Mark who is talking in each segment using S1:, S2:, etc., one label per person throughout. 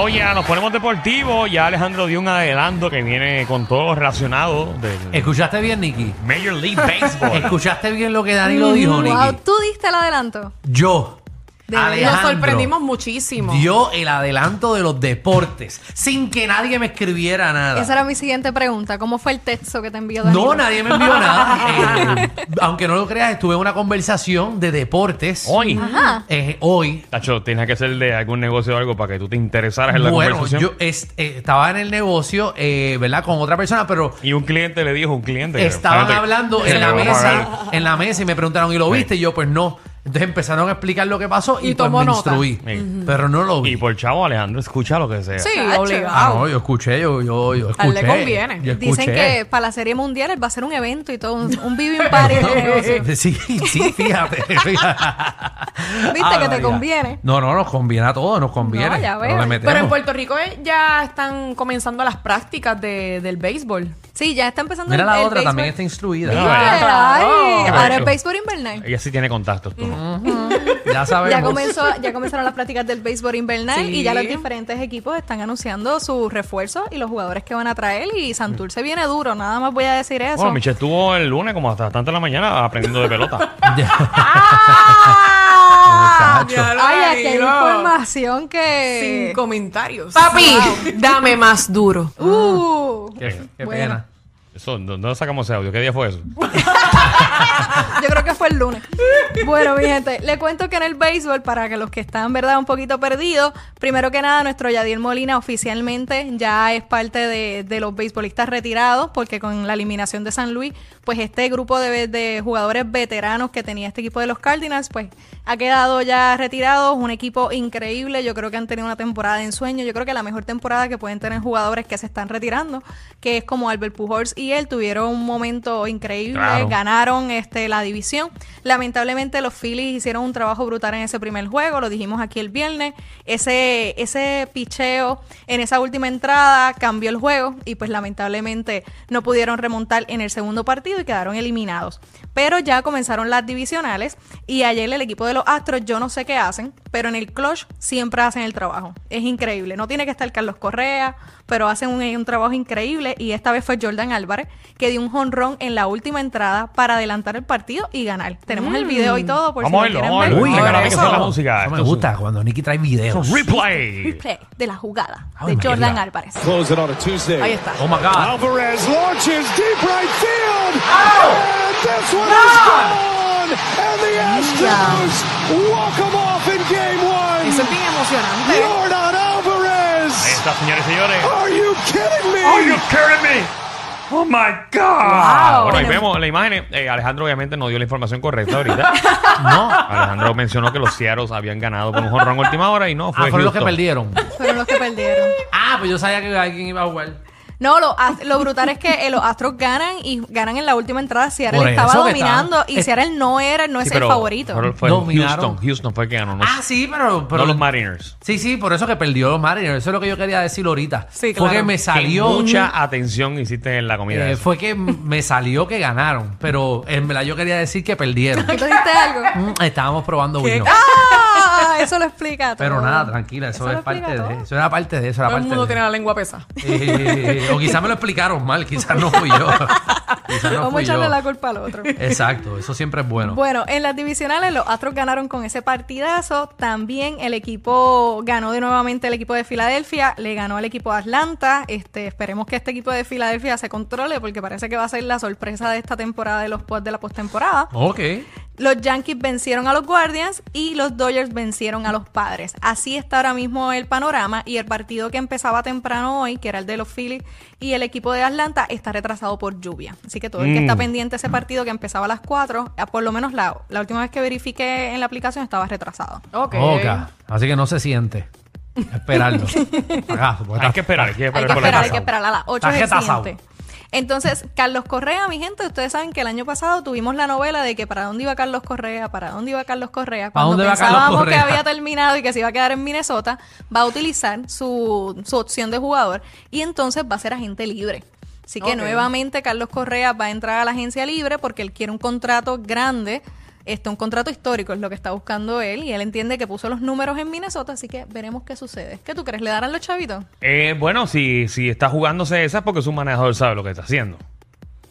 S1: Oye, nos ponemos deportivos. Ya Alejandro dio un adelanto que viene con todo lo relacionado del
S2: ¿Escuchaste bien, Nicky?
S1: Major League Baseball.
S2: ¿Escuchaste bien lo que Danilo dijo,
S3: Mm, Wow,
S2: Nicky?
S3: tú diste el adelanto.
S2: Yo.
S3: De-
S4: Nos
S2: Alejandro,
S4: sorprendimos muchísimo.
S2: Dio el adelanto de los deportes sin que nadie me escribiera nada.
S3: Esa era mi siguiente pregunta. ¿Cómo fue el texto que te envió Danilo?
S2: No, nadie me envió nada. Eh, aunque no lo creas, estuve en una conversación de deportes
S1: Hoy,
S3: Ajá.
S2: eh, hoy.
S1: Tacho, tienes que ser de algún negocio o algo para que tú te interesaras en la
S2: Bueno,
S1: conversación.
S2: yo es- eh, estaba en el negocio, eh, ¿verdad? Con otra persona, pero
S1: Y un cliente le dijo, un cliente. creo.
S2: Estaban
S1: Espérate.
S2: hablando
S1: Sí,
S2: en la
S1: vamos a ver.
S2: mesa, en la mesa y me preguntaron, ¿y lo
S1: Sí.
S2: viste? Y yo, pues no. Entonces empezaron a explicar lo que pasó y,
S4: Y
S2: pues,
S4: tomó
S2: me
S4: nota.
S2: instruí.
S1: Sí.
S2: Pero no lo vi.
S1: Y por chavo, Alejandro, escucha lo que sea.
S4: Sí,
S3: Chacho.
S2: Ah,
S4: obligado.
S2: no, yo escuché, yo, yo, yo
S4: A él
S2: escuché.
S4: le conviene.
S2: Yo
S3: Dicen
S2: escuché.
S3: que para la Serie Mundial él va a hacer un evento y todo, un, un viewing party. de negocios.
S2: Sí, sí, fíjate. Viste
S3: que te conviene.
S2: No, no, nos conviene a todos, nos conviene.
S3: No, ya
S2: No
S3: veo.
S2: le
S3: Pero
S2: metemos.
S4: Pero en Puerto Rico eh, ya están comenzando las prácticas de- del béisbol.
S3: Sí, ya está empezando
S2: Mira
S3: el,
S2: la
S3: el
S2: otra, también está Oh,
S3: béisbol.
S2: instruida.
S1: Ah,
S3: Ay,
S4: Claro.
S3: ahora el béisbol invernal.
S1: Ella sí tiene contactos, tú no.
S2: Ya sabemos.
S3: Ya, comenzó, ya comenzaron las prácticas del béisbol invernal
S4: Sí.
S3: y ya los diferentes equipos están anunciando sus refuerzos y los jugadores que van a traer. Y Santurce viene duro, nada más voy a decir eso.
S1: Bueno, Michelle estuvo el lunes como hasta tanto de la mañana aprendiendo de pelota.
S4: ¡Ah!
S2: Muchacho.
S4: Ya lo
S3: Ay, aquí hay
S4: digo.
S3: información que...
S4: Sin comentarios.
S3: Papi,
S4: dame más duro.
S3: Uh,
S2: Qué, qué
S3: Bueno.
S2: pena.
S1: Eso, ¿dó- ¿Dónde sacamos ese audio? ¿Qué día fue eso?
S3: yo creo que fue el lunes. Bueno, mi gente, le cuento que en el béisbol, para que los que están, ¿verdad?, un poquito perdidos, primero que nada, nuestro Yadier Molina oficialmente ya es parte de, de los beisbolistas retirados, porque con la eliminación de San Luis, pues este grupo de, de jugadores veteranos que tenía este equipo de los Cardinals, pues ha quedado ya retirado. Un equipo increíble, yo creo que han tenido una temporada de ensueño, yo creo que la mejor temporada que pueden tener jugadores que se están retirando, que es como Albert Pujols y él tuvieron un momento increíble,
S1: Claro.
S3: ganaron este, la división. Lamentablemente los Phillies hicieron un trabajo brutal en ese primer juego, lo dijimos aquí el viernes. Ese, ese picheo en esa última entrada cambió el juego y pues lamentablemente no pudieron remontar en el segundo partido y quedaron eliminados. Pero ya comenzaron las divisionales y ayer el equipo de los Astros, yo no sé qué hacen, pero en el clutch siempre hacen el trabajo. Es increíble. No tiene que estar Carlos Correa, pero hacen un, un trabajo increíble. Y esta vez fue Jordan Álvarez que dio un jonrón en la última entrada para adelantar el partido y ganar. Tenemos el video y todo, por
S1: Vamos a
S3: si
S1: verlo,
S3: lo
S1: vamos a
S3: quieren
S1: verlo.
S3: ver.
S2: Uy,
S1: Venga,
S2: ahora
S1: la música,
S2: eso,
S1: la música.
S2: eso me
S1: Esto es-
S2: gusta cuando Nicky trae videos.
S1: Replay.
S3: Replay de la jugada
S2: Ay,
S3: de
S2: María.
S3: Jordan Álvarez.
S5: Close it on a Tuesday.
S4: Ahí está.
S2: Oh my God.
S5: Alvarez launches deep right field. And this one is gone. And the Astros walk them off in game one.
S4: Eso es bien emocionante.
S5: Jordan
S1: Ahí
S5: Alvarez.
S1: está, señores y señores.
S5: Are you kidding me?
S1: Are you kidding me? Oh my
S2: Ah,
S1: God. Bueno, ahí vemos la imagen. Eh, Alejandro obviamente no dio la información correcta ahorita. no. Alejandro mencionó que los Searos habían ganado con un jonrón a última hora y no fue.
S2: Ah, fueron los que
S1: Houston.
S2: perdieron.
S3: Fueron los que perdieron.
S2: Ah, pues yo sabía que alguien iba a jugar.
S3: No, lo, as- lo brutal es que eh, los Astros ganan y ganan en la última entrada. Seattle
S2: Por
S3: estaba
S2: eso que
S3: dominando
S2: estaba-
S3: y Seattle no era,
S1: Sí,
S3: no es el
S1: pero
S3: favorito.
S1: fueron- fue
S2: Dominaron.
S1: Houston. Houston fue el que ganó. No,
S2: Ah, sí, pero. pero
S1: no los Mariners.
S2: Sí, sí, por eso que perdió los Mariners. Eso es lo que yo quería decir ahorita.
S4: Sí,
S2: fue
S4: claro.
S2: que me salió.
S1: Que mucha atención hiciste en la comida.
S2: eh,
S1: esa.
S2: fue que me salió que ganaron. Pero en verdad yo quería decir que perdieron.
S3: ¿Tú te dijiste algo?
S2: Mm, Estábamos probando vino.
S3: ¡Ah! Eso lo explica todo.
S2: Pero nada, tranquila, eso,
S3: Eso
S2: es
S3: lo
S2: parte
S3: explica
S2: de.
S3: todo.
S2: Eso era parte de eso. Era
S4: Todo el
S2: parte
S4: mundo
S2: de.
S4: tiene la lengua pesada.
S2: Eh, o quizás me lo explicaron mal, quizás no fui yo. Quizás no
S3: Vamos a
S2: fui yo.
S3: echarle la culpa al otro.
S2: Exacto, eso siempre es bueno.
S3: Bueno, en las divisionales los Astros ganaron con ese partidazo. También el equipo ganó de nuevamente el equipo de Filadelfia, le ganó al equipo de Atlanta. Este, esperemos que este equipo de Filadelfia se controle porque parece que va a ser la sorpresa de esta temporada de los post- de la postemporada.
S2: Ok.
S3: Los Yankees vencieron a los Guardians y los Dodgers vencieron a los Padres. Así está ahora mismo el panorama y el partido que empezaba temprano hoy, que era el de los Phillies y el equipo de Atlanta, está retrasado por lluvia. Así que todo el que
S1: Mm.
S3: está pendiente de ese partido que empezaba a las 4, eh, por lo menos la, la última vez que verifiqué en la aplicación estaba retrasado.
S4: Ok.
S2: Ok. Así que no se siente. Esperarlo. Acá, porque
S1: Hay
S2: estás-
S1: que esperar, hay que
S3: Hay
S1: esperar
S3: que
S1: por la
S3: esperar, hay
S1: casa.
S3: que esperar a las 8 es el
S2: Tarjeta asado.
S3: siguiente. Entonces, Carlos Correa, mi gente, ustedes saben que el año pasado tuvimos la novela de que para dónde iba Carlos Correa, para dónde iba Carlos Correa. Cuando
S2: dónde va Carlos
S3: pensábamos
S2: Correa?
S3: que había terminado y que se iba a quedar en Minnesota, va a utilizar su, su opción de jugador y entonces va a ser agente libre. Así que
S4: Ok.
S3: nuevamente Carlos Correa va a entrar a la agencia libre porque él quiere un contrato grande. este, un contrato histórico es lo que está buscando él y él entiende que puso los números en Minnesota, así que veremos qué sucede. ¿Qué tú crees? ¿Le darán los chavitos?
S1: Eh, bueno, si, si está jugándose esas porque su manejador sabe lo que está haciendo.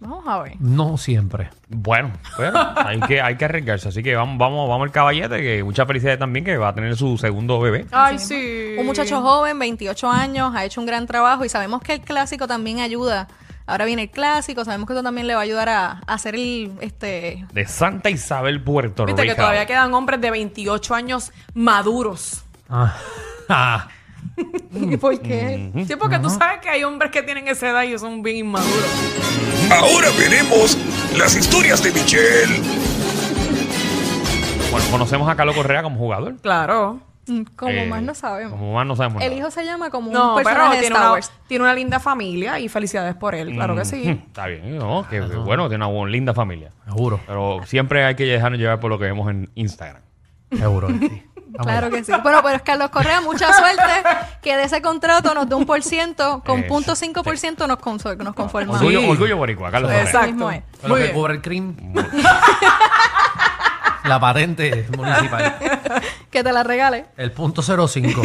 S3: Vamos a ver.
S2: No siempre.
S1: Bueno, bueno, hay que, hay que arriesgarse. Así que vamos, vamos, vamos al caballete, que muchas felicidades también, que va a tener su segundo bebé.
S4: Ay, sí.
S3: Un muchacho joven, 28 años, ha hecho un gran trabajo y sabemos que el clásico también ayuda. Ahora viene el clásico, sabemos que eso también le va a ayudar a, a hacer el este
S1: De Santa Isabel, Puerto Rico.
S4: Viste que todavía quedan hombres de 28 años maduros.
S2: Ah, ah.
S3: ¿Por qué?
S4: Sí, porque tú sabes que hay hombres que tienen esa edad y son bien inmaduros.
S5: Ahora veremos las historias de Michelle.
S1: Bueno, conocemos a Carlos Correa como jugador.
S4: Claro.
S3: mm, Como
S1: Eh,
S3: más no sabemos.
S1: Como más no sabemos.
S3: El
S1: nada.
S3: hijo se llama como
S4: No,
S3: un
S4: pero
S3: personaje de
S4: tiene
S3: Star
S4: una,
S3: Wars.
S4: tiene una linda familia y felicidades por él, claro que sí.
S1: Mm, Está bien, ¿no? Que bueno, tiene una bu- linda familia.
S2: Seguro,
S1: Pero siempre hay que dejarnos llevar por lo que vemos en Instagram.
S2: seguro que sí. Vamos
S3: Claro
S2: allá.
S3: que sí. Bueno, pero es Carlos Correa, mucha suerte que de ese contrato nos dé un por ciento, con
S1: Eso.
S3: punto cinco por ciento nos, consol- nos conformamos.
S1: Orgullo,
S2: Sí.
S1: orgullo boricua, Carlos Correa.
S4: Exacto.
S3: Mismo es.
S2: Lo
S4: Muy
S2: que
S4: bien.
S2: cobra el crimen. La patente municipal.
S3: Que te la regale.
S2: El punto 05.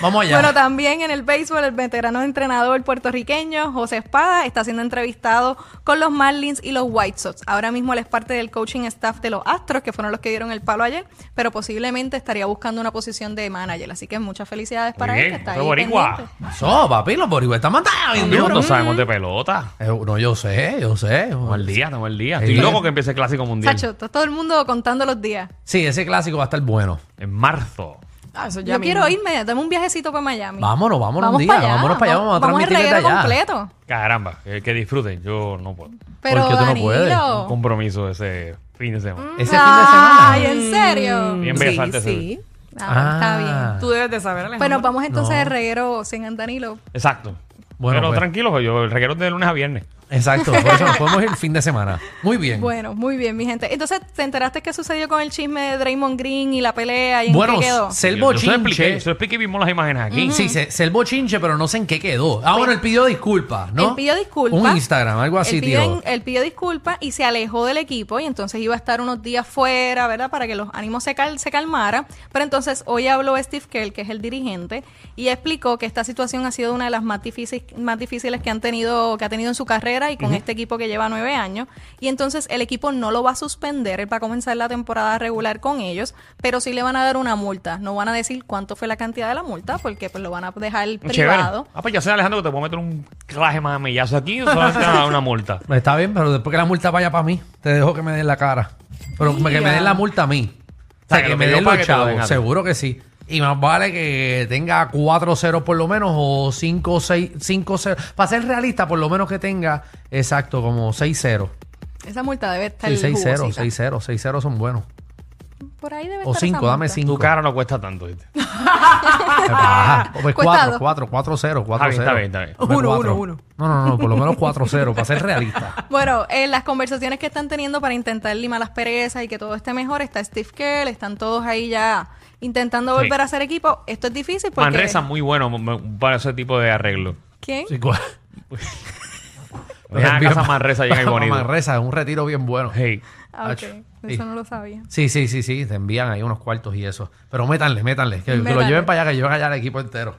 S2: Vamos allá.
S3: Bueno, también en el béisbol, el veterano entrenador puertorriqueño José Espada está siendo entrevistado con los Marlins y los White Sox. Ahora mismo él es parte del coaching staff de los Astros, que fueron los que dieron el palo ayer, pero posiblemente estaría buscando una posición de manager. Así que muchas felicidades para
S1: Muy
S3: él, que
S1: bien,
S3: está
S1: otro
S3: ahí
S1: boricua.
S3: pendiente.
S2: So, papi, los boricuas están matando bien duro.
S1: Nosotros sabemos de pelota.
S2: Eh, no, yo sé, yo sé.
S1: Estamos al día, estamos al día.
S2: Sí.
S1: Estoy loco que empiece el Clásico Mundial.
S3: Sacho, está todo el mundo contando los días.
S2: Sí, ese clásico va a estar bueno.
S1: En marzo.
S4: Ah, eso ya
S3: Yo
S4: mismo.
S3: quiero irme, dame un viajecito para Miami.
S2: Vámonos, vámonos un día,
S3: pa' allá,
S2: vámonos pa' allá, vamos a
S3: el
S2: transmitir
S3: reguero
S2: desde allá.
S3: completo.
S1: Caramba, que, que disfruten. Yo no puedo.
S3: Pero
S2: ¿Por qué tú no puedes?
S3: Danilo.
S1: Un compromiso ese fin de
S3: Mm.
S1: semana.
S2: Ese fin de semana. Mm.
S3: Ay, ¿en serio?
S1: Bien
S4: Sí,
S1: bellas artes,
S4: sí.
S3: Ah,
S2: Ah.
S3: Está bien.
S4: Tú debes de saber, Alejandro.
S3: Bueno, vamos entonces
S2: No.
S3: al reguero sin Andanilo.
S1: Exacto.
S2: Bueno,
S1: Pero
S2: pues.
S1: tranquilo, que yo el reguero es de lunes a viernes.
S2: Exacto, por eso nos podemos ir el fin de semana. Muy bien.
S3: Bueno, muy bien, mi gente. Entonces, ¿te enteraste qué sucedió con el chisme de Draymond Green y la pelea y en
S2: Bueno,
S3: qué quedó?
S2: se- El
S1: Yo- Yo se lo
S2: bochinche.
S1: expliqué, yo se lo expliqué y vimos las imágenes aquí.
S2: Sí, se, se el bochinche, pero no sé en qué quedó. Ah, bueno, él pidió disculpas, ¿no?
S3: Pues, Él pidió disculpas.
S2: Un Instagram, algo así,
S3: él pidió,
S2: tío.
S3: en- él pidió disculpas y se alejó del equipo y entonces iba a estar unos días fuera, ¿verdad? Para que los ánimos se, cal- se calmaran. Pero entonces hoy habló Steve Kerr, que es el dirigente, y explicó que esta situación ha sido una de las más, difícil- más difíciles que han tenido que ha tenido en su carrera y con este equipo que lleva nueve años. Y entonces el equipo no lo va a suspender, él va a comenzar la temporada regular con ellos, pero sí le van a dar una multa. No van a decir cuánto fue la cantidad de la multa porque pues lo van a dejar
S1: Chévere.
S3: privado.
S1: Ah, pues ya sé, Alejandro, que te puedo meter un claje más mamillazo aquí o solamente te van a dar una multa.
S2: Está bien, pero después que la multa vaya para mí, te dejo que me den la cara. Pero que me den la multa a mí. O
S1: sea,
S2: sea,
S1: que
S2: que,
S1: lo
S2: me
S1: pidió
S2: den
S1: para
S2: los
S1: que te lo den a
S2: chavos,
S1: ti.
S2: seguro que sí. Y más vale que tenga 4 0 por lo menos o 5 6 5 0. Para ser realista, por lo menos que tenga exacto como 6 0.
S3: Esa multa debe estar
S2: Sí, 6 0,
S3: jugosita.
S2: 6 0, 6 0 son buenos.
S3: Por ahí debe
S2: O
S3: estar esa
S2: 5, dame
S3: multa.
S2: 5.
S1: Tu cara no cuesta tanto, ¿viste?
S2: Pues 4,
S3: Cuesta dos.
S2: 4, 4 0, 4
S1: Está bien, está bien, está
S2: 0.
S1: bien.
S4: Uno, uno, uno.
S2: No, no, no, por lo menos 4 0 para ser realista.
S3: Bueno, en las conversaciones que están teniendo para intentar limar las perezas y que todo esté mejor, está Steve Kerr, están todos ahí ya intentando
S1: Sí.
S3: volver a ser equipo. Esto es difícil porque...
S1: Manresa es muy bueno mm, para ese tipo de arreglo.
S3: ¿Quién?
S2: Sí, cua-
S1: Ven a casa Manresa, llega ahí
S2: Vamos a
S1: bonito.
S2: Manresa, es un retiro bien bueno.
S1: Hey.
S3: Ah, ok.
S2: Ach, sí.
S3: Eso no lo sabía.
S2: Sí, sí, sí, sí, te envían ahí unos cuartos y eso. Pero métanle, métanle, que, que lo
S3: Métanle.
S2: lleven para allá, que lleven allá al equipo entero.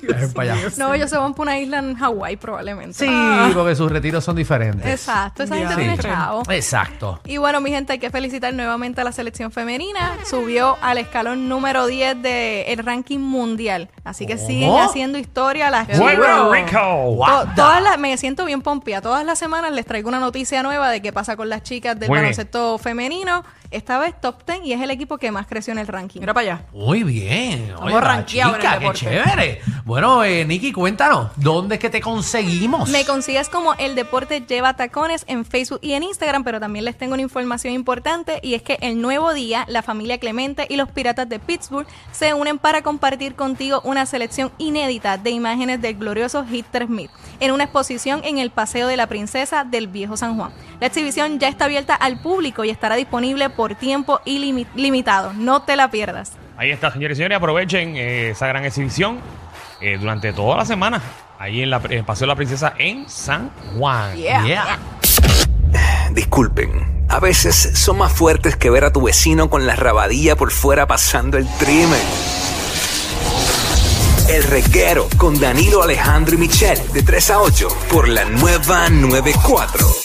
S2: Lleven para allá.
S3: No, ellos se van por una isla en Hawái probablemente.
S2: Sí,
S4: Ah.
S2: porque sus retiros son diferentes.
S3: Exacto, esa gente
S4: Ya.
S3: tiene
S2: Sí.
S3: chavo.
S2: Exacto.
S3: Y bueno, mi gente, hay que felicitar nuevamente a la selección femenina. Subió al escalón número 10 del ranking mundial. Así que siguen haciendo historia las
S1: Puerto
S3: chicas.
S1: Rico.
S3: To- todas las- me siento bien pompía. Todas las semanas les traigo una noticia nueva de qué pasa con las chicas del
S1: Muy bien.
S3: baloncesto femenino. Esta vez top 10 y es el equipo que más creció en el ranking.
S4: Mira para allá.
S2: Muy bien. Oye, la
S4: rankeados en
S2: chica,
S4: el
S2: qué
S4: deporte.
S2: chévere. Bueno, eh, Nicky, cuéntanos, ¿dónde es que te conseguimos?
S3: Me consigues como El Deporte Lleva Tacones en Facebook y en Instagram, pero también les tengo una información importante y es que el nuevo día, la familia Clemente y los Piratas de Pittsburgh se unen para compartir contigo una selección inédita de imágenes del glorioso Hit 3000 en una exposición en el Paseo de la Princesa del Viejo San Juan. La exhibición ya está abierta al público y estará disponible por tiempo ilimi- limitado. No te la pierdas.
S1: Ahí está, señores y señores. Aprovechen eh, esa gran exhibición eh, durante toda la semana. Ahí en la, en el Paseo de la Princesa en San Juan.
S4: Yeah.
S2: Yeah.
S6: Disculpen, A veces son más fuertes que ver a tu vecino con la rabadilla por fuera pasando el trimmer. El reguero con Danilo Alejandro y Michel de 3 a 8 por la nueva 94.